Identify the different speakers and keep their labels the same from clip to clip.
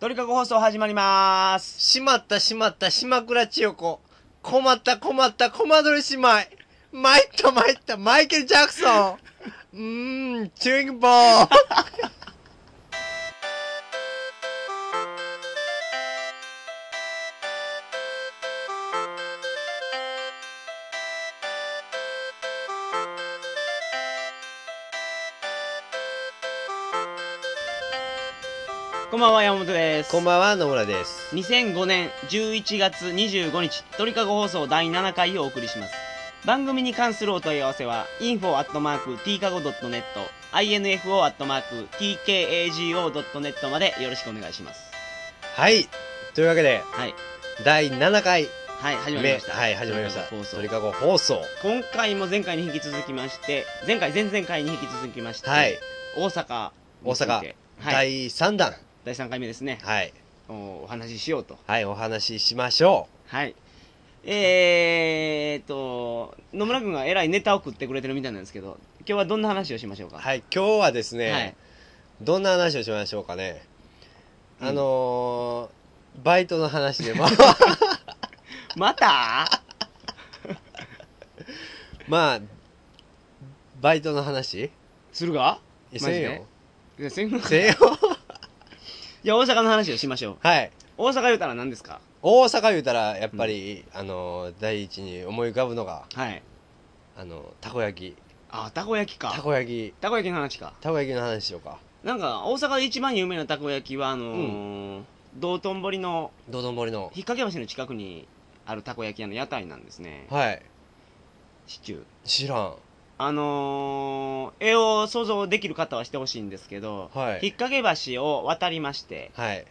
Speaker 1: 鳥かご放送始まりまーす。
Speaker 2: しまったしまった島倉千代子。困った困ったコマドリ姉妹。参った参ったマイケル・ジャクソン。うーん、チューイングボー。
Speaker 1: こんばんは、山本です。
Speaker 2: こんばんは、野村です。
Speaker 1: 2005年11月25日、鳥かご放送第7回をお送りします。番組に関するお問い合わせは、info.tkago.net、info.tkago.net までよろしくお願いします。
Speaker 2: はい。というわけで、
Speaker 1: はい。
Speaker 2: 第7回
Speaker 1: はい、始まり
Speaker 2: 目。
Speaker 1: ました。
Speaker 2: はい、始まりました
Speaker 1: 鳥かご放。送
Speaker 2: 鳥かご放送。
Speaker 1: 今回も前回に引き続きまして、前回、前々回に引き続きまして、
Speaker 2: はい。
Speaker 1: 大阪について
Speaker 2: 大阪
Speaker 1: はい、
Speaker 2: 第3弾。
Speaker 1: 第3回目ですね、
Speaker 2: はい。
Speaker 1: おお話ししようと。
Speaker 2: はい、お話ししましょ
Speaker 1: はい。えーっと、野村君がえらいネタを食ってくれてるみたいなんですけど、今日はどんな話をしましょう
Speaker 2: う。
Speaker 1: か。
Speaker 2: はい、今日はですね、
Speaker 1: はい
Speaker 2: どんな話をしましょうかね。
Speaker 1: うん
Speaker 2: あのー、バイトの 話でも、
Speaker 1: また
Speaker 2: まあ、バイトの話
Speaker 1: するがマ
Speaker 2: え
Speaker 1: ジ
Speaker 2: せん
Speaker 1: で
Speaker 2: よ。
Speaker 1: いやせんい
Speaker 2: せんよ。
Speaker 1: や、大阪の話をしましょう。
Speaker 2: はい。
Speaker 1: 大阪言うたら何ですか
Speaker 2: 大阪言うたら、やっぱり、あのー、第一に思い浮かぶのが、
Speaker 1: はい。
Speaker 2: あの、たこ焼き。
Speaker 1: あ、たこ焼き
Speaker 2: た
Speaker 1: か。
Speaker 2: こ焼き、
Speaker 1: たこ焼きの話か。
Speaker 2: たこ焼きの話しようか。
Speaker 1: なんか、大阪で一番有名なたこ焼きは、あのー道頓堀の
Speaker 2: 道頓堀の。
Speaker 1: 引っ掛け橋の近くにあるたこ焼き屋の屋台なんですね。
Speaker 2: はい。
Speaker 1: シチュー。
Speaker 2: 知らん。
Speaker 1: あのー、絵を想像できる方はしてほしいんですけど、
Speaker 2: はい。
Speaker 1: 引っ掛け橋を渡りまして、
Speaker 2: はい。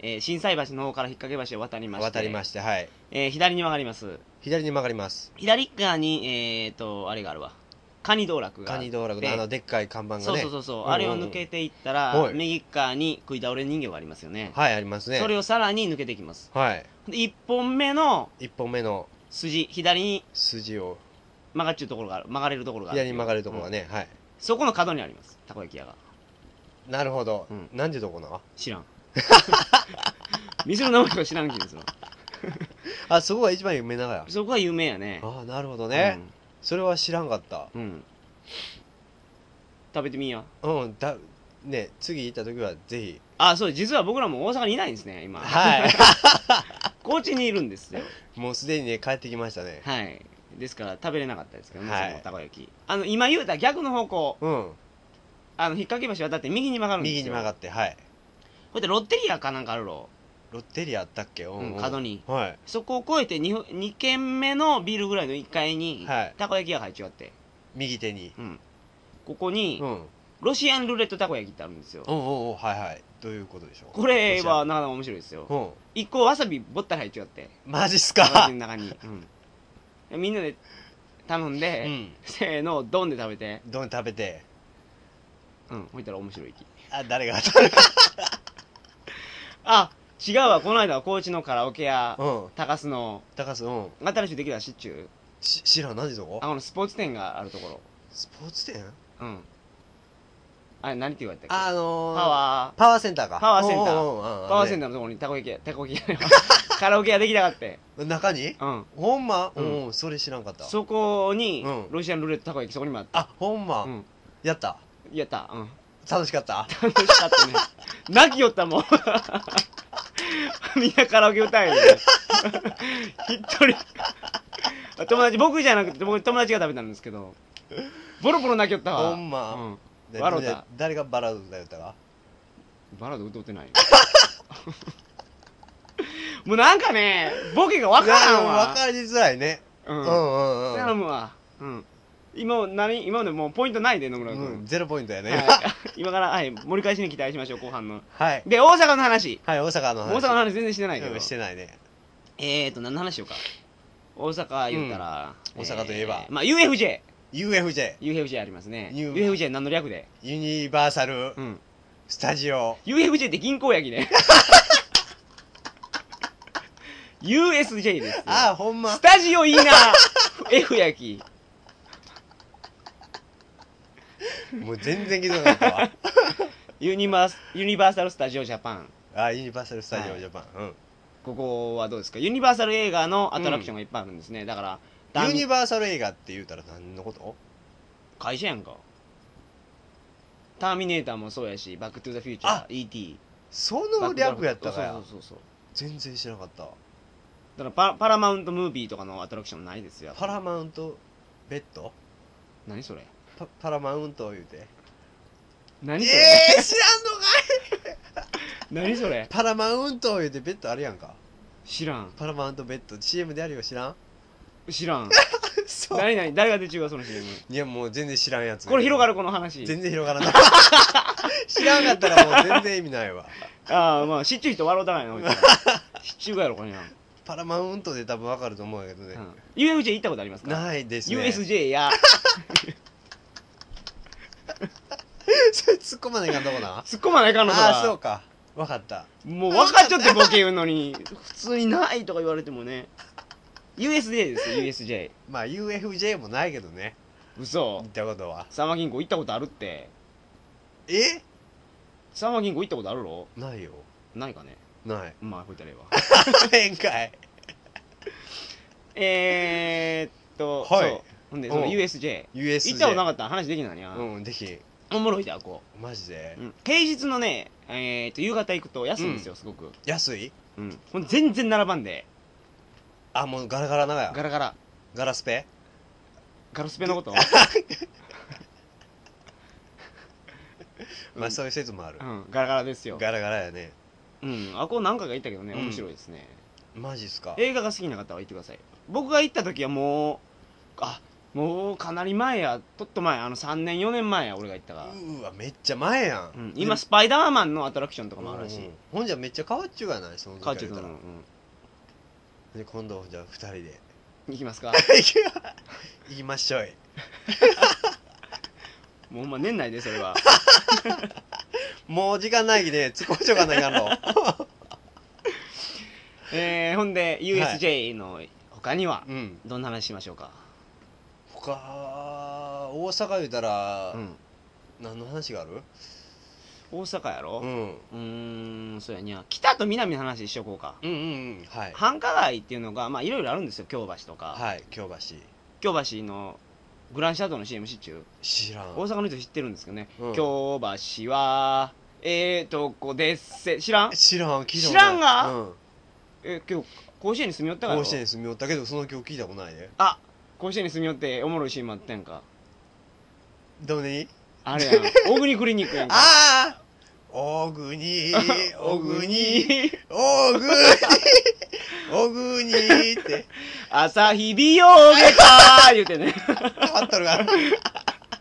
Speaker 1: えー、震災橋の方から引っ掛け橋を渡りまして、
Speaker 2: 渡りまして、はい。
Speaker 1: えー左に曲がります。
Speaker 2: 左に曲がります。
Speaker 1: 左側に、えー、と、あれがあるわ。カニ道楽があ
Speaker 2: カ
Speaker 1: って。
Speaker 2: ニ道楽のあの、でっかい看板が
Speaker 1: そう
Speaker 2: ね。
Speaker 1: そうそうそう、
Speaker 2: んんん
Speaker 1: あれを抜けていったら、
Speaker 2: はい
Speaker 1: 右側に食い倒れ人形がありますよね。
Speaker 2: はい、ありますね。
Speaker 1: それをさらに抜けていきます。
Speaker 2: はい。
Speaker 1: で1本目の
Speaker 2: 一本目の
Speaker 1: 筋、左に
Speaker 2: 筋を、
Speaker 1: 曲がっちゅうところがある。曲がれるところがある。
Speaker 2: 左に曲がるところが
Speaker 1: ね、
Speaker 2: ね、はい。
Speaker 1: そこの角にあります。たこ焼き屋が。
Speaker 2: なるほど
Speaker 1: うん。
Speaker 2: なんていうとこなの
Speaker 1: 知 らん。店の名前とか知らんけどその
Speaker 2: あ、そこが一番有名ながら。
Speaker 1: そこが有名やね。
Speaker 2: ああ、なるほどね。それは知らんかった。
Speaker 1: うん。うん。食べてみんや。
Speaker 2: うん、だ、ね、次行った時はぜひ。
Speaker 1: あ、そう、実は僕らも大阪にいないんですね、今。
Speaker 2: は
Speaker 1: 高知にいるんですよ。
Speaker 2: い。もうすでにね、帰ってきましたね。
Speaker 1: はい。ですから、食べれなかったですけどね、
Speaker 2: はい
Speaker 1: そのたこ焼き。あの、今言うた逆の方向、
Speaker 2: うん。
Speaker 1: あの、引っ掛け橋渡って右に曲がるんですよ。
Speaker 2: 右に曲が
Speaker 1: って。
Speaker 2: って、はい。
Speaker 1: ほいで、ロッテリアかなんかあるろ。
Speaker 2: ロッテリアあったっけう
Speaker 1: うん、角に。
Speaker 2: はい。
Speaker 1: そこを越えて2、二軒目のビルぐらいの1階に
Speaker 2: はい、
Speaker 1: たこ焼き屋が入っちゃって。
Speaker 2: 右手に。
Speaker 1: うん。ここに、
Speaker 2: うん。おう
Speaker 1: ロシアンルーレットたこ焼きってあるんですよ。
Speaker 2: おうおうはいはい。どういうことでしょう
Speaker 1: これは
Speaker 2: ロ
Speaker 1: なかなか面白いですよ
Speaker 2: シ。アンうん。
Speaker 1: 一個わさびぼったら入っちゃって。
Speaker 2: マジっす
Speaker 1: たこ焼
Speaker 2: か
Speaker 1: きの中に。うん。みんなで頼んで、
Speaker 2: うん。
Speaker 1: せーの、ドンで食べて。
Speaker 2: どん食べて。
Speaker 1: うん、ほいたら面白いき。
Speaker 2: あ、誰が
Speaker 1: あ、違うわ、この間は高知のカラオケ屋、
Speaker 2: うん。
Speaker 1: 高須の、
Speaker 2: 高須、うん。
Speaker 1: 新しくできたしっちゅう、
Speaker 2: し知らん、何でそこ
Speaker 1: あ、このスポーツ店があるとこ
Speaker 2: スポーツ店
Speaker 1: ろ。うん。あれ、何て言われたっけ
Speaker 2: ああのー、
Speaker 1: パワ
Speaker 2: パワーセンターか。
Speaker 1: パワーセンター
Speaker 2: うんうんうんうん
Speaker 1: ー、パワーセン
Speaker 2: タ
Speaker 1: ターのところにたこ焼き屋、たこ焼き屋、カラオケ屋できたかって。
Speaker 2: ー。中に
Speaker 1: うん。
Speaker 2: ほんま
Speaker 1: う
Speaker 2: うんん、それ知らんかった。
Speaker 1: そこに
Speaker 2: うん、
Speaker 1: ロシアンルーレットたこ焼きそこにもあった。
Speaker 2: あ、ほんま
Speaker 1: うん。
Speaker 2: やった。
Speaker 1: やった。うん。
Speaker 2: 楽しかった。
Speaker 1: 楽しかったね。泣きよったもん。 みんなカラオケ歌えよ。一人。友達、僕じゃなくて、僕友達が食べたんですけど、ボロボロ泣きよったわ。
Speaker 2: ほんま
Speaker 1: うん
Speaker 2: で
Speaker 1: バロダ
Speaker 2: で誰がバロダ言ったか
Speaker 1: バラード歌ってないよ もうなんかね、ボケがわからんわ
Speaker 2: わ。かりづらいね。
Speaker 1: う
Speaker 2: う
Speaker 1: ん。
Speaker 2: んうんうん。
Speaker 1: 頼むわ。うん。今、何今までもうポイントないで、野村君。
Speaker 2: うん、ゼロポイントやね。
Speaker 1: はい、今から、はい、盛り返しに期待しましょう、後半の。
Speaker 2: はい。
Speaker 1: で、大阪の話。
Speaker 2: はい、大阪の話。
Speaker 1: 大阪の話全然してないけど
Speaker 2: うん。してないね。
Speaker 1: えーと、何の話しようか。大阪言ったら、
Speaker 2: うん大阪といえば
Speaker 1: まあ、UFJ。
Speaker 2: UFJ、
Speaker 1: UFJ ありますね。
Speaker 2: U-
Speaker 1: UFJ 何の略で
Speaker 2: ユニバーサル
Speaker 1: う、ん。
Speaker 2: スタジオ、
Speaker 1: UFJ って銀行やきね。USJ ですよ。
Speaker 2: ああ、ほんま
Speaker 1: ス、タジオいいな F やき。
Speaker 2: もう全然気づかなかったわ。
Speaker 1: ユニバースユニバーサル・スタジオ・ジャパン。
Speaker 2: あユニバーサル・スタジオ・ジャパン、
Speaker 1: ここはどうですかユニバーサル映画のアトラクションがいっぱいあるんですね、だから
Speaker 2: うん、
Speaker 1: だん
Speaker 2: ユニバーサル映画って言うたら何のこと
Speaker 1: 会社やんか「ターミネーター」もそうやし「バック・トゥ・ザ・フューチャー」「E.T.」
Speaker 2: その略やったか
Speaker 1: そ
Speaker 2: や
Speaker 1: うそうそうそう
Speaker 2: 全然知らなかった
Speaker 1: だからパパラマウントムービーとかのアトラクションないですよ
Speaker 2: パラマウントベッド
Speaker 1: 何それ
Speaker 2: パパラマウント言うて
Speaker 1: 何
Speaker 2: え
Speaker 1: それ、
Speaker 2: ー、知らんのかい
Speaker 1: 何それ
Speaker 2: パラマウント言うてベッドあるやんか
Speaker 1: 知らん
Speaker 2: パラマウントベッド CM であるよ知らん
Speaker 1: 知らん
Speaker 2: そう
Speaker 1: 何何誰が出中がその CM
Speaker 2: いやもう全然知らんやつ
Speaker 1: これ広が
Speaker 2: る
Speaker 1: るこの話
Speaker 2: 全然広がらない 知らんかったらもう全然意味ないわ
Speaker 1: ああまあ知っちゅう人笑うたない の知っちゅうがやろこれな、
Speaker 2: パラマウントで多分わかると思うんやけどね
Speaker 1: う、ん、UFJ 行ったことありますか
Speaker 2: ないですね
Speaker 1: USJ や
Speaker 2: それ 突っ込まないかんとこなあ
Speaker 1: 突っ込まないかんの
Speaker 2: あーそう
Speaker 1: そ
Speaker 2: かわかった
Speaker 1: らもう分かっちゃってボケ言うのに普通にないとか言われてもね USJ ですよ USJ
Speaker 2: まあ UFJ もないけどね
Speaker 1: 嘘
Speaker 2: 行ったことは
Speaker 1: サマ銀行行ったことあるって
Speaker 2: え
Speaker 1: サマ銀行行ったことあるろ
Speaker 2: ないよ
Speaker 1: ないかね
Speaker 2: ない
Speaker 1: まあこう言ったらええわ
Speaker 2: えんかい
Speaker 1: えーっと
Speaker 2: はい
Speaker 1: そうほんでその
Speaker 2: うん
Speaker 1: USJ
Speaker 2: USJ
Speaker 1: 行ったことなかったら話できないな、
Speaker 2: うんできん
Speaker 1: おもろいであこ
Speaker 2: マジで
Speaker 1: う、うん、平日のね、えーっと夕方行くと安いんですよ、すごく
Speaker 2: 安い
Speaker 1: うん、ほんで全然並ばんで
Speaker 2: あもうガラガラなや
Speaker 1: ガラガラ
Speaker 2: ガラスペ
Speaker 1: ガラスペンのこと
Speaker 2: まあそういう説もある
Speaker 1: うんガラガラですよ
Speaker 2: ガラガラやね
Speaker 1: うんあこう何回か行ったけどね
Speaker 2: うん
Speaker 1: 面白いですね、
Speaker 2: マジっすか
Speaker 1: 映画が好きな方は行ってください僕が行った時はもうあもうかなり前やとっと前あの3年4年前や俺が行った
Speaker 2: う
Speaker 1: から、
Speaker 2: ーわめっちゃ前や
Speaker 1: うんん、今スパイダーマンのアトラクションとかもある
Speaker 2: う
Speaker 1: し
Speaker 2: んほんじゃめっちゃ変わっちゅうがないその時
Speaker 1: 変わっちゃった
Speaker 2: 言
Speaker 1: の、う
Speaker 2: ら
Speaker 1: ん、
Speaker 2: で今度じゃあ2人で
Speaker 1: 行きますか
Speaker 2: 行きましょうい
Speaker 1: もうほんま年内でそれ は
Speaker 2: もう時間ないきね突っ込んちょかないかんの
Speaker 1: えー、ほんで USJ の他には
Speaker 2: うん
Speaker 1: どんな話しましょうか、
Speaker 2: 他大阪言うたら、
Speaker 1: うん、
Speaker 2: 何の話がある
Speaker 1: 大阪やろ、
Speaker 2: うんうん
Speaker 1: うーん、そうやにゃ。北と南の話しとこうか。
Speaker 2: うんうんはい
Speaker 1: 繁華街っていうのが、まあ、いろいろあるんですよ。京橋とか。
Speaker 2: はい京橋
Speaker 1: 京橋の、グランシャドウの CM 知っちゅう
Speaker 2: 知らん
Speaker 1: 大阪の人知ってるんですけどね。
Speaker 2: うん
Speaker 1: 京橋は、ええとこですせ、知らん
Speaker 2: 知らん聞いたことな
Speaker 1: 知
Speaker 2: い
Speaker 1: らんが
Speaker 2: うん
Speaker 1: え、今日、甲子園に住み寄ったから
Speaker 2: 甲子園に住みよったけどその曲聞いたことないね
Speaker 1: あ、甲子園に住み寄っておもろいシーンもあったやんか。
Speaker 2: どうに
Speaker 1: あ れやん。大国クリニックやんか。
Speaker 2: ああお ぐにおぐにおぐにおぐにって
Speaker 1: 朝日美容外科言うてね。
Speaker 2: 変わっとるが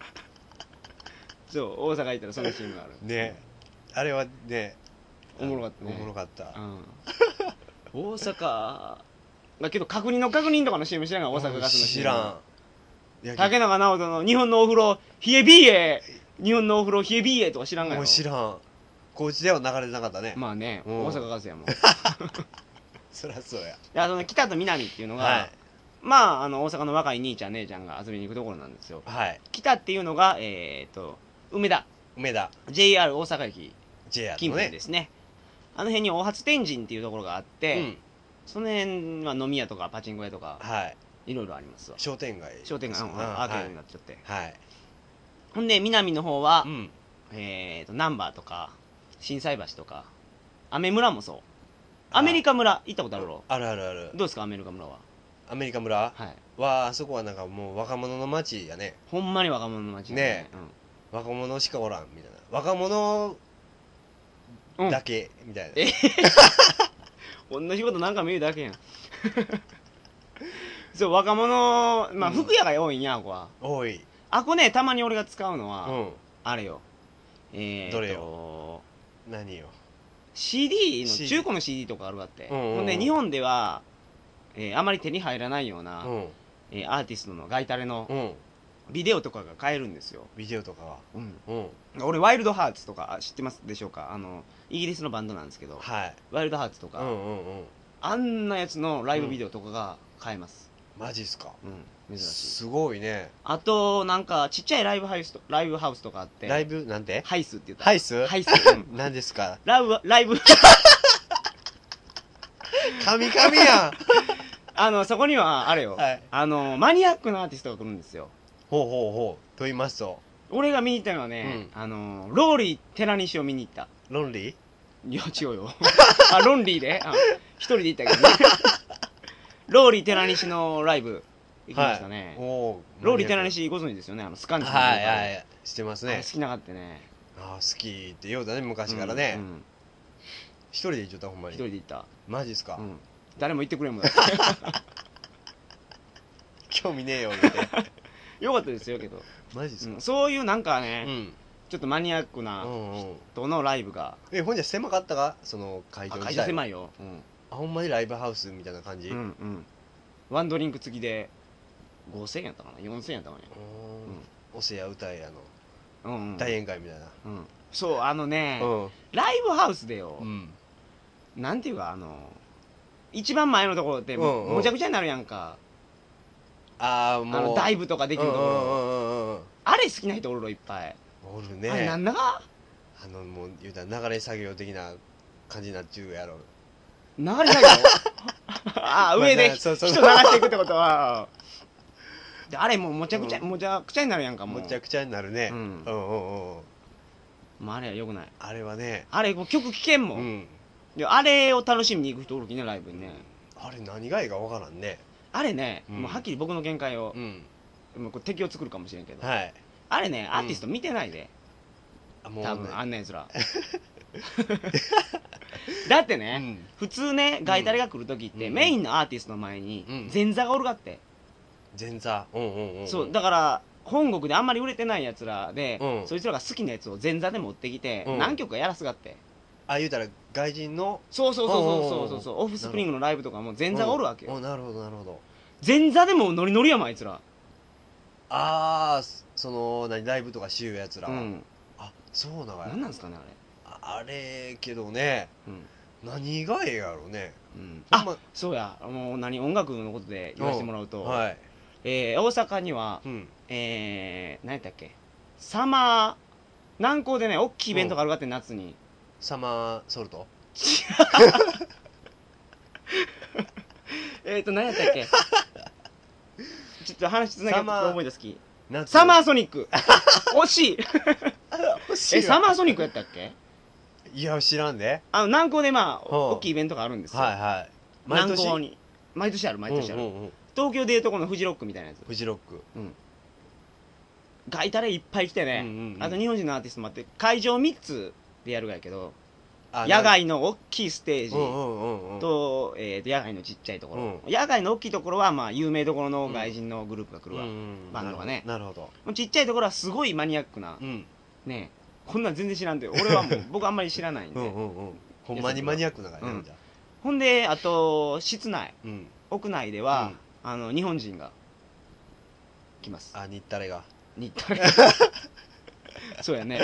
Speaker 1: そう、大阪行ったらそのシーンがある。
Speaker 2: ねあれはね
Speaker 1: おもろかったね
Speaker 2: おもろかった
Speaker 1: うん大阪だけど確認の確認とかの CM 知らんが大阪ガスの CM
Speaker 2: 知らんいや
Speaker 1: 竹中直人の日本のお風呂冷え冷え日本のお風呂冷え冷えとか知らんが
Speaker 2: も
Speaker 1: よ
Speaker 2: う知らん高知では流れてなかったね
Speaker 1: まあね、
Speaker 2: うん
Speaker 1: 大阪ガスやもんで
Speaker 2: そりゃそうや
Speaker 1: あの北と南っていうのが、
Speaker 2: は
Speaker 1: まああの大阪の若い兄ちゃん姉ちゃんが遊びに行くところなんですよ
Speaker 2: いはい
Speaker 1: 北っていうのがえっ、と梅田
Speaker 2: 梅田
Speaker 1: JR 大阪駅
Speaker 2: JR
Speaker 1: 近
Speaker 2: の
Speaker 1: 辺
Speaker 2: ね
Speaker 1: ですねあの辺に大初天神っていうところがあって、
Speaker 2: うん
Speaker 1: その辺は飲み屋とかパチンコ屋とか
Speaker 2: はい
Speaker 1: いろいろありますわ
Speaker 2: 商店街
Speaker 1: 商店街、
Speaker 2: う
Speaker 1: うんんアーケー
Speaker 2: は
Speaker 1: ド
Speaker 2: い
Speaker 1: になっちゃって、
Speaker 2: はい
Speaker 1: ほんで南の方は、
Speaker 2: うん
Speaker 1: えーと難波とか心斎橋とかアメ村もそうアメリカ村行ったことあるろ
Speaker 2: あるあるある
Speaker 1: どうですかアメリカ村は
Speaker 2: アメリカ村
Speaker 1: はい
Speaker 2: はあそこはなんかもう若者の街やね
Speaker 1: ほんまに若者の街だ
Speaker 2: ね若者しかおらんみたいな若者
Speaker 1: うん、うん
Speaker 2: だけみたいな、
Speaker 1: え同じこと何回も言うだけやん そう若者まあ、
Speaker 2: うん
Speaker 1: 服屋が多いんやあこは
Speaker 2: 多い
Speaker 1: あこねたまに俺が使うのは、
Speaker 2: うん
Speaker 1: あれよえーと
Speaker 2: どれ何よ
Speaker 1: CD の
Speaker 2: CD
Speaker 1: 中古の CD とかあるわって、
Speaker 2: うんうんうん
Speaker 1: ほんで日本では、えーあまり手に入らないような、
Speaker 2: うん
Speaker 1: えーアーティストのガイタレの
Speaker 2: うん
Speaker 1: ビデオとかが買えるんですよ、
Speaker 2: ビデオとかは
Speaker 1: うん、
Speaker 2: うん
Speaker 1: 俺ワイルドハーツとか知ってますでしょうかあのイギリスのバンドなんですけど
Speaker 2: はい
Speaker 1: ワイルドハーツと
Speaker 2: う
Speaker 1: か、
Speaker 2: んうんうん
Speaker 1: あんなやつのライブビデオとかが買えます、
Speaker 2: マジっすか
Speaker 1: うん珍しい
Speaker 2: すごいね。
Speaker 1: あとなんかちっちゃいライブハウスとライブハウスとかあって
Speaker 2: ライブ、なんで
Speaker 1: ハイスって言った
Speaker 2: ハイス
Speaker 1: ハイス、うん
Speaker 2: 何ですか
Speaker 1: ライブライブ
Speaker 2: 神々やん
Speaker 1: あのそこにはあれよ、
Speaker 2: はい
Speaker 1: あのマニアックなアーティストが来るんですよ
Speaker 2: ほうほうほう。と言いますと、
Speaker 1: 俺が見に行ったのはね、あのローリー寺西を見に行った
Speaker 2: ロンリー
Speaker 1: いや違う よあロンリーであ一人で行ったけどねローリー寺西のライブ行きましたね、
Speaker 2: はい、お
Speaker 1: ローリー寺
Speaker 2: し
Speaker 1: 西ご存知ですよねあのスカンジの
Speaker 2: はいはいはい。してます
Speaker 1: あれ
Speaker 2: ね
Speaker 1: 好。きなかったね
Speaker 2: あー好きって言うだね、昔からね
Speaker 1: う。ん
Speaker 2: 一人で行っちゃった、ほんま
Speaker 1: 一人
Speaker 2: に。
Speaker 1: で行った、
Speaker 2: マジっすか
Speaker 1: うん誰も行ってくれん もんだって
Speaker 2: 興味ねえよ、言うて
Speaker 1: よかったですよけど、
Speaker 2: マジっす
Speaker 1: う
Speaker 2: か
Speaker 1: んそういうなんかね、
Speaker 2: うん。
Speaker 1: ちょっとマニアック
Speaker 2: う
Speaker 1: なん
Speaker 2: うん。
Speaker 1: 人のライブが、
Speaker 2: え、ほんじゃ狭かったかその会場
Speaker 1: あ
Speaker 2: 自
Speaker 1: 会
Speaker 2: 体。
Speaker 1: 場狭
Speaker 2: い。
Speaker 1: いよ、うん
Speaker 2: あ、ほんまにライブハウスみたいな感じ
Speaker 1: うんうんワンドリンク付きで5000円やったかな4000円やったかね
Speaker 2: うんおせや歌や
Speaker 1: う
Speaker 2: の、
Speaker 1: ん、うん
Speaker 2: 大宴会みたいな。
Speaker 1: うん、そうあのね、
Speaker 2: うん。
Speaker 1: ライブハウスでよ、
Speaker 2: うん。
Speaker 1: なんていうかあの一番前のところっても,、
Speaker 2: うんうん
Speaker 1: ちゃくちゃになるやんか
Speaker 2: ああ、
Speaker 1: あ
Speaker 2: も
Speaker 1: の
Speaker 2: う。
Speaker 1: ダ
Speaker 2: イ
Speaker 1: イブとかできるところ、あれ好きな人おるろいっぱい、
Speaker 2: おる
Speaker 1: あれなん
Speaker 2: ね
Speaker 1: だか
Speaker 2: あのもう言うたら流れ作業的な感じになっちゅうやろ
Speaker 1: 流れ ないよああ上で
Speaker 2: まあそうそう
Speaker 1: 人流していくってことはであれもうもちゃくちゃ、
Speaker 2: うん
Speaker 1: もちゃくちゃになるやんかもう
Speaker 2: むちゃくちゃになるね、
Speaker 1: う
Speaker 2: うんん、うんうんうん
Speaker 1: もうあれはよくない
Speaker 2: あれはね
Speaker 1: あれもう曲聴けん
Speaker 2: う
Speaker 1: もん、
Speaker 2: ん
Speaker 1: であれを楽しみに行く人おるきねライブにね、
Speaker 2: あれ何がいいかわからんね
Speaker 1: あれね、
Speaker 2: うん
Speaker 1: もうはっきり僕の見解を
Speaker 2: う、ん
Speaker 1: もうこれ敵を作るかもしれんけど、
Speaker 2: はい
Speaker 1: あれねアーティスト見てないで、
Speaker 2: あも
Speaker 1: 多
Speaker 2: ね
Speaker 1: 分あんなやつらだって
Speaker 2: う
Speaker 1: ね、
Speaker 2: ん
Speaker 1: 普通ねガイタレが来る時って、
Speaker 2: うん
Speaker 1: メインのアーティストの前
Speaker 2: う
Speaker 1: に
Speaker 2: ん
Speaker 1: 前座がおるがって、
Speaker 2: 前座うんうんうんん
Speaker 1: そうだから本国であんまり売れてないやつらで、
Speaker 2: うん
Speaker 1: そいつらが好きなやつを前座で持ってきて、
Speaker 2: うん
Speaker 1: 何曲かやらすがって
Speaker 2: あ言うたら外人の
Speaker 1: そうそうそうそう
Speaker 2: おうおうお
Speaker 1: そううそうオフスプリングのライブとかも前座がおるわけよ、
Speaker 2: うんなるほどなるほど
Speaker 1: 前座でもノリノリやもんあいつら
Speaker 2: ああその何ライブとかしゆうやつら
Speaker 1: う
Speaker 2: は、
Speaker 1: ん
Speaker 2: あそうながや
Speaker 1: 何なんですかねあ
Speaker 2: ああれけどね
Speaker 1: れうん、
Speaker 2: 何がええやろね
Speaker 1: うん、
Speaker 2: ほん
Speaker 1: あ
Speaker 2: ま
Speaker 1: そうやもう何音楽のことで言わせてもらうと、
Speaker 2: はい
Speaker 1: えー大阪には
Speaker 2: うん
Speaker 1: えー、何やったっけサマー南港でね大きいイベントがあるかって夏に、
Speaker 2: サマーソルト
Speaker 1: えっ、ー、と何やったっけ ちょっと話つなげて
Speaker 2: サマー
Speaker 1: 思い出すき
Speaker 2: 夏
Speaker 1: サマーソニック惜しい
Speaker 2: 欲しい
Speaker 1: え
Speaker 2: わ
Speaker 1: サマーソニックやったっけ
Speaker 2: いや知らんで
Speaker 1: あの南港でまあ
Speaker 2: ほう
Speaker 1: 大きいイベントがあるんですよ、
Speaker 2: はいはい
Speaker 1: 南港に毎年ある毎年ある、
Speaker 2: うんうんうん
Speaker 1: 東京でいうとこのフジロックみたいなやつ
Speaker 2: フジロック
Speaker 1: ガイタレいっぱい来てね、
Speaker 2: うんうんうん
Speaker 1: あと日本人のアーティストもあって会場3つでやるがやけど
Speaker 2: あ
Speaker 1: 野外の大きいステージ、
Speaker 2: うんうんうんうん
Speaker 1: と,、えーと野外のちっちゃいところ、野外の大きいところはまあ有名どころの外人のグループが来るわ、
Speaker 2: うん
Speaker 1: も
Speaker 2: うん
Speaker 1: バンドがね
Speaker 2: なるほど
Speaker 1: うちっちゃいところはすごいマニアックな、
Speaker 2: うん
Speaker 1: ねこんなん全然知らんで俺はも う僕あんまり知らないんで、
Speaker 2: うんうんうんほんまにマニアックな感じなんだ
Speaker 1: ほんであと室内
Speaker 2: うん
Speaker 1: 屋内では
Speaker 2: うん、
Speaker 1: あの日本人が来ます
Speaker 2: あ日タレが
Speaker 1: 日体 そうやね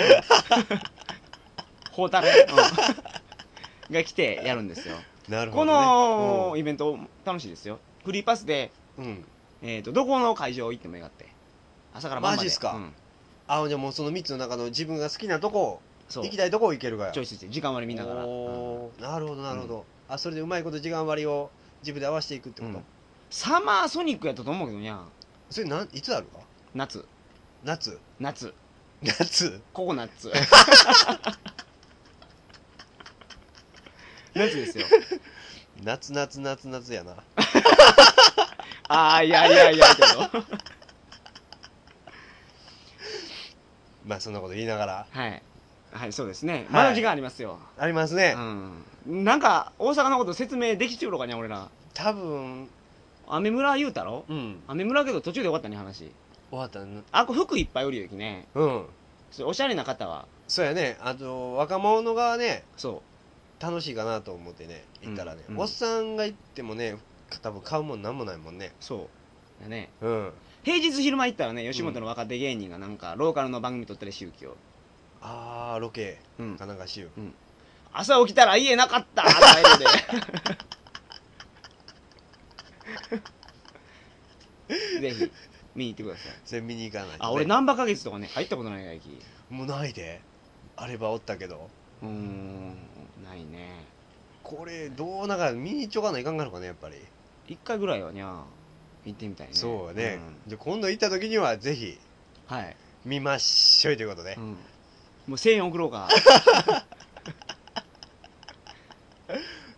Speaker 1: 宝太郎が来てやるんですよ、
Speaker 2: なる
Speaker 1: こ
Speaker 2: ほどね
Speaker 1: のイベント楽しいですよフリーパスで
Speaker 2: うんうん
Speaker 1: えー、とどこの会場行ってもよかって朝から晩まで
Speaker 2: マジっすか
Speaker 1: うん、
Speaker 2: あじゃあもうその3つの中の自分が好きなとこ
Speaker 1: そう
Speaker 2: 行き
Speaker 1: チ
Speaker 2: たいとこ行けるから
Speaker 1: ョイスして時間割り見ながら、うん
Speaker 2: おーなるほどなるほどあそれでうまいこと時間割を自分で合わせていくってこ
Speaker 1: う
Speaker 2: と
Speaker 1: んサマーソニックやったと思うけどにゃ
Speaker 2: それなんいつあるか
Speaker 1: 夏
Speaker 2: 夏
Speaker 1: 夏
Speaker 2: 夏
Speaker 1: ココナッ ツ夏ですよ
Speaker 2: 夏夏夏夏やな
Speaker 1: ああいやいやいやけ ど
Speaker 2: まあそんなこと言いながら
Speaker 1: はいはいそうですね
Speaker 2: い
Speaker 1: まだ時間ありますよ、
Speaker 2: ありますね、
Speaker 1: うんなんか大阪のこと説明できちゅうろかにゃ俺ら
Speaker 2: 多分
Speaker 1: 雨村言うたろ
Speaker 2: うん
Speaker 1: 雨村けど途中で終わったね話
Speaker 2: 終わったな
Speaker 1: あこ服いっぱい売るよきね
Speaker 2: うん
Speaker 1: そうおしゃれな方は
Speaker 2: そうやねあと若者がね
Speaker 1: そう
Speaker 2: 楽しいかなと思ってね行ったらね、
Speaker 1: うんうん
Speaker 2: おっさんが行ってもね多分買うもんなんもないもんね
Speaker 1: そうだね
Speaker 2: うん
Speaker 1: 平日昼間行ったらね吉本の若手芸人がなんかローカルの番組撮ったりしゆきを、
Speaker 2: あーロケ
Speaker 1: うん
Speaker 2: かなんかしよ
Speaker 1: 朝起きたら家なかったとか言うて ぜひ、見に行ってください。
Speaker 2: それ見に行かないとね
Speaker 1: あ、俺、難波花月とかね、入ったことないな、駅。
Speaker 2: もうないであればおったけど
Speaker 1: うーん、ないね。
Speaker 2: これどうながら見に行っちょかないかんがのかねやっぱり、
Speaker 1: 一回ぐらいはにゃ、行ってみたいね。
Speaker 2: そうね、じゃあ今度行った時にはぜひ
Speaker 1: うんはい。
Speaker 2: 見ましょいということで、
Speaker 1: うん。もう1000円送ろう か。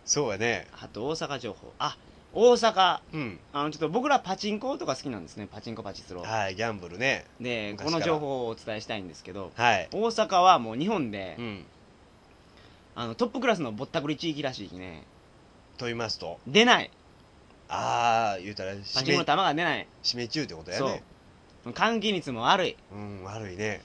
Speaker 2: そうやね
Speaker 1: あと、大阪情報。あ、大阪。
Speaker 2: うん
Speaker 1: あの、ちょっと僕らパチンコとか好きなんですね。パチンコパチスロ。
Speaker 2: はいギャンブルね
Speaker 1: で、
Speaker 2: 昔
Speaker 1: この
Speaker 2: から
Speaker 1: 情報をお伝えしたいんですけど、
Speaker 2: はい
Speaker 1: 大阪はもう日本で、
Speaker 2: うん
Speaker 1: あの、トップクラスのぼったくり地域らしいきね、
Speaker 2: と言いますと
Speaker 1: 出ない。
Speaker 2: ああ言うたら
Speaker 1: パ
Speaker 2: 締
Speaker 1: チンコの
Speaker 2: め
Speaker 1: 玉が出ない。
Speaker 2: 締め中ってことや
Speaker 1: そ
Speaker 2: ね
Speaker 1: う。換気率も悪い。
Speaker 2: うん悪いね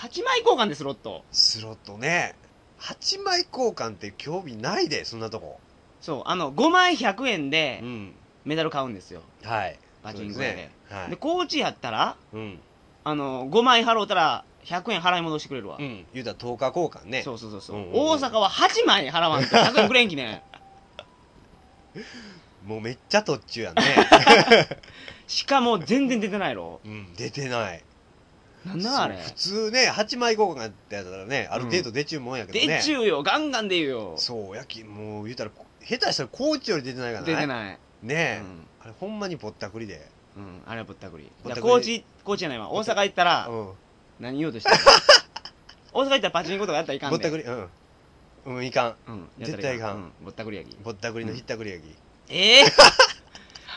Speaker 1: 8枚交換です、ロット。
Speaker 2: スロットね8枚交換って興味ないでそんなとこ
Speaker 1: そう、あの、5枚100円で
Speaker 2: ん
Speaker 1: メダル買うんですよ。
Speaker 2: はい
Speaker 1: パチンコ
Speaker 2: そう
Speaker 1: 屋
Speaker 2: で
Speaker 1: です
Speaker 2: ねは
Speaker 1: で、
Speaker 2: い
Speaker 1: 高知やったら、
Speaker 2: うん
Speaker 1: あの、5枚払うたら、100円払い戻してくれるわ。
Speaker 2: うん言うたら10日交換ね
Speaker 1: そうそうそうそう、
Speaker 2: うんうんうん
Speaker 1: 大阪は8枚払わんと100円くれんきね。
Speaker 2: もうめっちゃ途中やね
Speaker 1: しかも全然出てないろ。
Speaker 2: うん出てない
Speaker 1: なんだあれ
Speaker 2: そう。普通ね8枚交換ってやったらねある程度出ちゅうもんやけどね、
Speaker 1: でっちゅうよ、ガンガンで言うよ。
Speaker 2: そうやきもう言うたら下手したらコーチより出てないからね
Speaker 1: 出てない。
Speaker 2: ねえ、
Speaker 1: うん
Speaker 2: あれほんまにぼったくりで
Speaker 1: うん、あれはぼったくり。
Speaker 2: ぼった
Speaker 1: だ
Speaker 2: くり
Speaker 1: から高知、高知じゃないわ。大阪行ったら
Speaker 2: う、ん
Speaker 1: 何言おうと してる大阪行ったらパチンコとかやったらいかん
Speaker 2: ぼ
Speaker 1: で。
Speaker 2: ったくりうんうんいかん
Speaker 1: うん、
Speaker 2: 絶対い
Speaker 1: やったら
Speaker 2: かん
Speaker 1: うぼったくりやき。
Speaker 2: ぼったくりのひったくりやき、
Speaker 1: ええ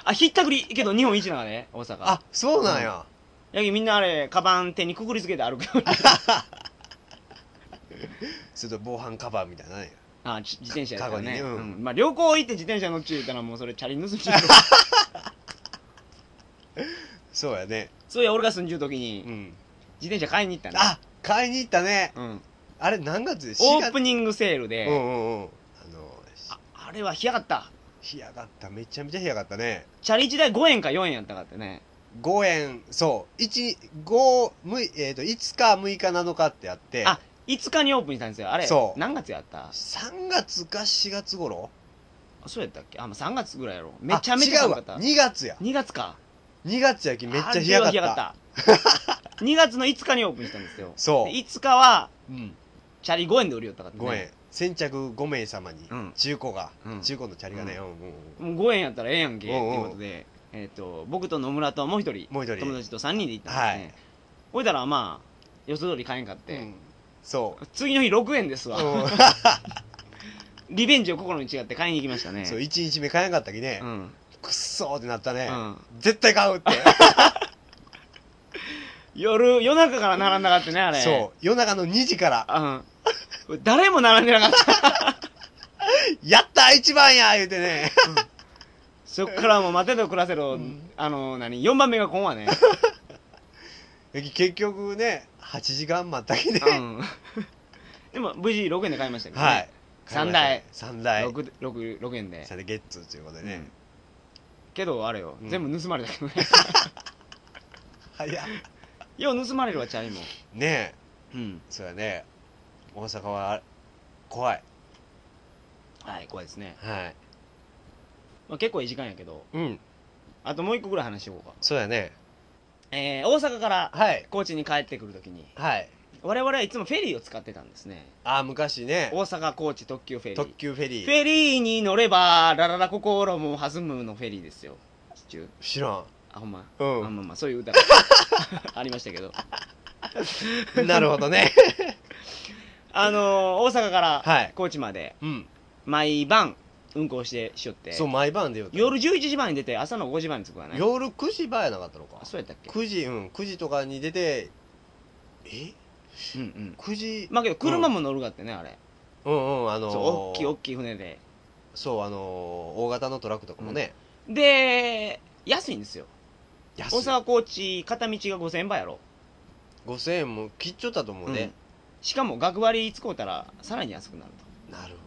Speaker 1: あ、ひったくり、けど日本一なのね、大阪。
Speaker 2: あそうなんや、
Speaker 1: やきみんなあれ、カバン手にくくりつけて歩く ように。
Speaker 2: それと防犯カバーみたいなね
Speaker 1: あ、じ自転車やったらね。
Speaker 2: かかごにねうん
Speaker 1: うんまあ、旅行行って自転車乗っちゅうたらもうそれチャリ盗んじ ゃう
Speaker 2: そうやね
Speaker 1: そういや、俺が住んじゅう時
Speaker 2: う
Speaker 1: に、
Speaker 2: ん
Speaker 1: 自転車買いに行ったんだ。
Speaker 2: あ買いに行ったね
Speaker 1: うん。
Speaker 2: あれ何月で
Speaker 1: オ
Speaker 2: 4
Speaker 1: ー
Speaker 2: 月
Speaker 1: プニングセール
Speaker 2: う
Speaker 1: で、
Speaker 2: んうんうんあの
Speaker 1: ああれは冷やかった。
Speaker 2: ひやがっためちゃめちゃひやがったね
Speaker 1: チャリ1台5円か4円やったかってね。
Speaker 2: 5円そう1五むいえー、と5日6日7日ってあって
Speaker 1: あ5日にオープンしたんですよ。あれ、
Speaker 2: そう
Speaker 1: 何月やった
Speaker 2: 3月か4月頃
Speaker 1: あそうやったっけあ、まあ、3月ぐらいやろ。めちゃめちゃ
Speaker 2: あ違
Speaker 1: 寒
Speaker 2: う
Speaker 1: かっ
Speaker 2: わ
Speaker 1: た。
Speaker 2: 2月や
Speaker 1: 2月か。
Speaker 2: 2月やきめっちゃ冷やかった
Speaker 1: あれは冷やか った。2月の5日にオープンしたんですよ。
Speaker 2: そう
Speaker 1: で5日は、
Speaker 2: うん、
Speaker 1: チャリ5円で売りよったからね。
Speaker 2: 5円、先着5名様に
Speaker 1: うん
Speaker 2: 中古が、
Speaker 1: うん
Speaker 2: 中古のチャリがね、うんうんうん
Speaker 1: もう5円やったらええやんけ、って
Speaker 2: おうおう
Speaker 1: いうことで、えっ、と、僕と野村ともう一人、
Speaker 2: もう一人
Speaker 1: 友達と3人で行ったんで
Speaker 2: は
Speaker 1: す
Speaker 2: い
Speaker 1: ね。、ほ、いたらまあ、予想通り買えんかっ
Speaker 2: う
Speaker 1: て、
Speaker 2: ん そう
Speaker 1: 次の日6円ですわ。
Speaker 2: うん
Speaker 1: リベンジを心に違って買いに行きましたね。
Speaker 2: そう1日目買えなかったきね、
Speaker 1: うん。
Speaker 2: くっそーってなったね、
Speaker 1: う
Speaker 2: 絶対買うって
Speaker 1: 夜、夜中から並んだかってね、あれ。
Speaker 2: そう夜中の2時から
Speaker 1: う。うん。 誰も並んでなかった。
Speaker 2: 「やったー一番や!」言うてね
Speaker 1: そっからもう待てど暮らせど、
Speaker 2: うん
Speaker 1: あの、何、4番目がこんわね。
Speaker 2: 結局ね8時間待ったきね、
Speaker 1: うん。 でも、無事6円で買いましたけどね。
Speaker 2: はい
Speaker 1: 三台
Speaker 2: 3台
Speaker 1: 六六六円で
Speaker 2: そ。れでゲッツーということで
Speaker 1: う
Speaker 2: ね
Speaker 1: ん、けど、あれよ、
Speaker 2: うん
Speaker 1: 全部盗まれたけど ね。
Speaker 2: 早っ
Speaker 1: よう盗まれるわ、チャリも。
Speaker 2: ねえ
Speaker 1: うん。
Speaker 2: そうやね大阪は怖い
Speaker 1: はい、怖いですね。
Speaker 2: はい
Speaker 1: まあ、結構いい時間やけど、
Speaker 2: うん
Speaker 1: あともう一個ぐらい話しようか。
Speaker 2: そうやね
Speaker 1: えー、大阪から
Speaker 2: はい
Speaker 1: 高知に帰ってくるときに、
Speaker 2: はい
Speaker 1: 我々はいつもフェリーを使ってたんですね。
Speaker 2: ああ昔ね
Speaker 1: 大阪高知特急フェリー。
Speaker 2: 特急フェリ
Speaker 1: フ
Speaker 2: ー
Speaker 1: ェリーに乗れば、ラララ心も弾むのフェリーですよ。知っちゅう
Speaker 2: 知らん
Speaker 1: あ、ほんま。
Speaker 2: う
Speaker 1: あ
Speaker 2: ん
Speaker 1: まあまあ、そういう 歌がありましたけど。
Speaker 2: なるほど ね
Speaker 1: あのー、大阪から
Speaker 2: はい
Speaker 1: 高知まで、
Speaker 2: うん
Speaker 1: 毎晩、運行してしよって。
Speaker 2: そう毎晩で言うと
Speaker 1: 夜11時前に出て、朝の5時前に着くわね。
Speaker 2: 夜9時前やなかったのか
Speaker 1: あそうやったっけ
Speaker 2: 9時うん9時とかに出てえ
Speaker 1: うんうん。
Speaker 2: 9時
Speaker 1: まあけど、車も乗るがってね、あれ。
Speaker 2: うんうんあのー
Speaker 1: そう、大きい大きい船で。
Speaker 2: そうあのー大型のトラックとかもね
Speaker 1: で、安いんですよ。
Speaker 2: 安
Speaker 1: 大
Speaker 2: い
Speaker 1: 阪高知、片道が5000円ばやろ。
Speaker 2: 5000円も切っちゃったと思う
Speaker 1: うん
Speaker 2: ね
Speaker 1: しかも、学割使うたら、さらに安くなると。
Speaker 2: なるほど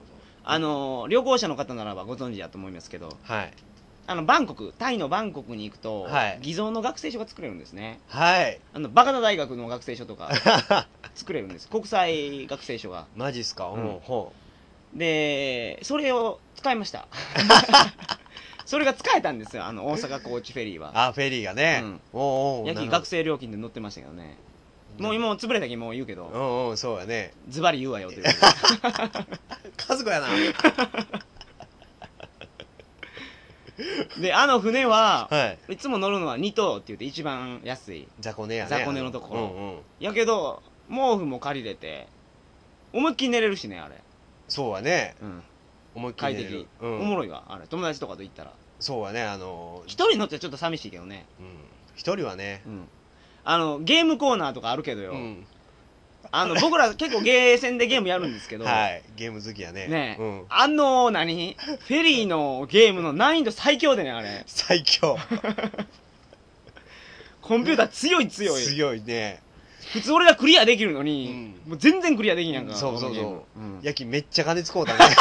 Speaker 1: あのー、旅行者の方ならばご存知だと思いますけど、
Speaker 2: はい
Speaker 1: あの、バンコク、タイのバンコクに行くと、
Speaker 2: はい
Speaker 1: 偽造の学生証が作れるんですね。
Speaker 2: はい
Speaker 1: あの、バカダ大学の学生証とか 作れるんです。国際学生証が。
Speaker 2: マジっすかうん
Speaker 1: うん
Speaker 2: ほ
Speaker 1: で、それを使いました。それが使えたんですよ、あの、大阪高知フェリーは。
Speaker 2: あ、フェリーがね。
Speaker 1: うん
Speaker 2: おうおう
Speaker 1: 夜勤
Speaker 2: なる
Speaker 1: 学生料金で乗ってましたけどね。
Speaker 2: ほど
Speaker 1: もう今、潰れたきもう言うけ
Speaker 2: う
Speaker 1: ど、
Speaker 2: んうん、そうやね。
Speaker 1: ズバリ言うわよという。
Speaker 2: 家族や な。
Speaker 1: で、あの船は、
Speaker 2: はい。
Speaker 1: いつも乗るのは2等って言って一番安い。
Speaker 2: 雑魚寝やね。
Speaker 1: 雑魚寝のところ
Speaker 2: うんうん。
Speaker 1: やけど、毛布も借りれて、思いっきり寝れるしね、あれ。
Speaker 2: そうやね。
Speaker 1: うん。
Speaker 2: 思いっき
Speaker 1: 快
Speaker 2: り寝れる
Speaker 1: 適。。
Speaker 2: う
Speaker 1: おも
Speaker 2: ん。
Speaker 1: ろいわ、あれ。友達とかと行ったら。
Speaker 2: そうやね、あのー、
Speaker 1: 一人乗ってちょっと寂しいけどね。
Speaker 2: うん一人はね
Speaker 1: う。ん。あの、ゲームコーナーとかあるけど
Speaker 2: う
Speaker 1: よ。
Speaker 2: ん。
Speaker 1: あの、僕ら 結構ゲーセンでゲームやるんですけど、
Speaker 2: はい。ゲーム好きやね。
Speaker 1: ねえ、
Speaker 2: うん。
Speaker 1: あの何、フェリーのゲームの難易度最強でね、あれ。
Speaker 2: 最強。
Speaker 1: コンピューター強い強い。
Speaker 2: 強いね。
Speaker 1: 普通俺らクリアできるのに、
Speaker 2: うん
Speaker 1: もう全然クリアできんやんか。
Speaker 2: そうそ
Speaker 1: この
Speaker 2: うそう
Speaker 1: ゲームうん
Speaker 2: 夜勤めっちゃ金使 うたね。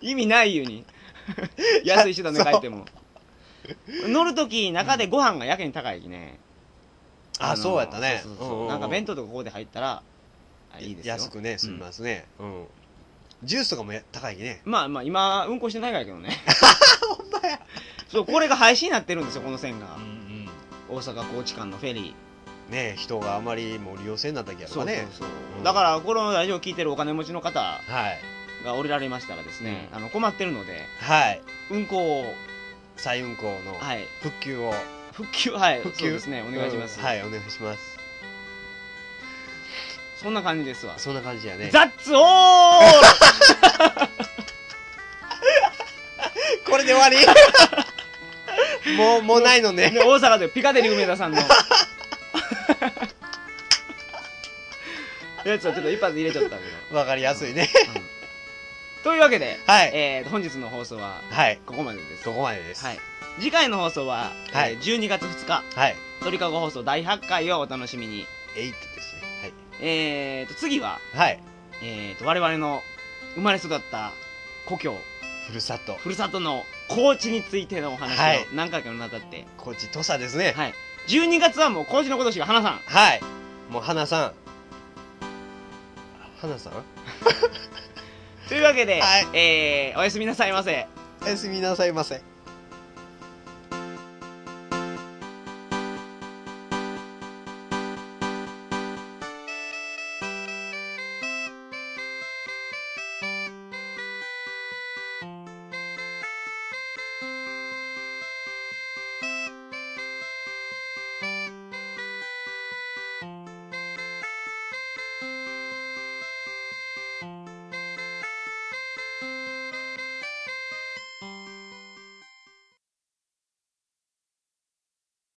Speaker 1: 意味ないよう に。安い手段で帰っても。乗るとき、中でご飯がやけに高いきね。
Speaker 2: あ、
Speaker 1: の
Speaker 2: そうやったね
Speaker 1: そうそう。そう
Speaker 2: ううう
Speaker 1: なんか弁当とかここで入ったら、あいいですよ。
Speaker 2: 安くね、済みますね。うん。ジュースとかもや高いきね。
Speaker 1: まあまあ、今、運行してないからやけど ね。そう、これが廃止になってるんですよ、この線が
Speaker 2: う。ん
Speaker 1: 大阪高知間のフェリー。
Speaker 2: うん。ね人があまりもう利用せんなったきやろ
Speaker 1: そう
Speaker 2: か
Speaker 1: そう
Speaker 2: ね。
Speaker 1: そう、
Speaker 2: うん
Speaker 1: だからこのラジオを聞いてるお金持ちの方
Speaker 2: はい。
Speaker 1: がおられましたらですね、
Speaker 2: うん
Speaker 1: あの困ってるので
Speaker 2: はい。
Speaker 1: 運行を
Speaker 2: 再運行の
Speaker 1: はい
Speaker 2: 復旧を。
Speaker 1: 復旧はい
Speaker 2: 復旧
Speaker 1: そうですねお願いします、
Speaker 2: うんはい、お願いします。
Speaker 1: そんな感じですわ
Speaker 2: そんな感じやね。
Speaker 1: ザッツオール
Speaker 2: これで終わり もう、もうないのね。
Speaker 1: ね大阪でピカデリー梅田 さんのやつをちょっと一発入れちゃったけど、
Speaker 2: わかりやすいね。
Speaker 1: うんというわけで、
Speaker 2: はい。
Speaker 1: えー本日の放送は
Speaker 2: はい。
Speaker 1: ここまでです
Speaker 2: ここまでです。
Speaker 1: はい、次回の放送は、
Speaker 2: はい
Speaker 1: えー12月2日
Speaker 2: はい。
Speaker 1: 鳥かご放送第8回をお楽しみに
Speaker 2: エイトですね。
Speaker 1: えー、と次は、
Speaker 2: はい。はい。
Speaker 1: えー、と我々の生まれ育った故郷
Speaker 2: ふるさと。
Speaker 1: ふるさとの高知についてのお話
Speaker 2: は
Speaker 1: を
Speaker 2: い
Speaker 1: 何回かにわたって、
Speaker 2: 高知土佐ですね。
Speaker 1: はい12月はもう高知のことしか話さん
Speaker 2: はい。もう、花さん。花さん
Speaker 1: というわけで、
Speaker 2: はい
Speaker 1: えーおやすみなさいませ
Speaker 2: おやすみなさいませ。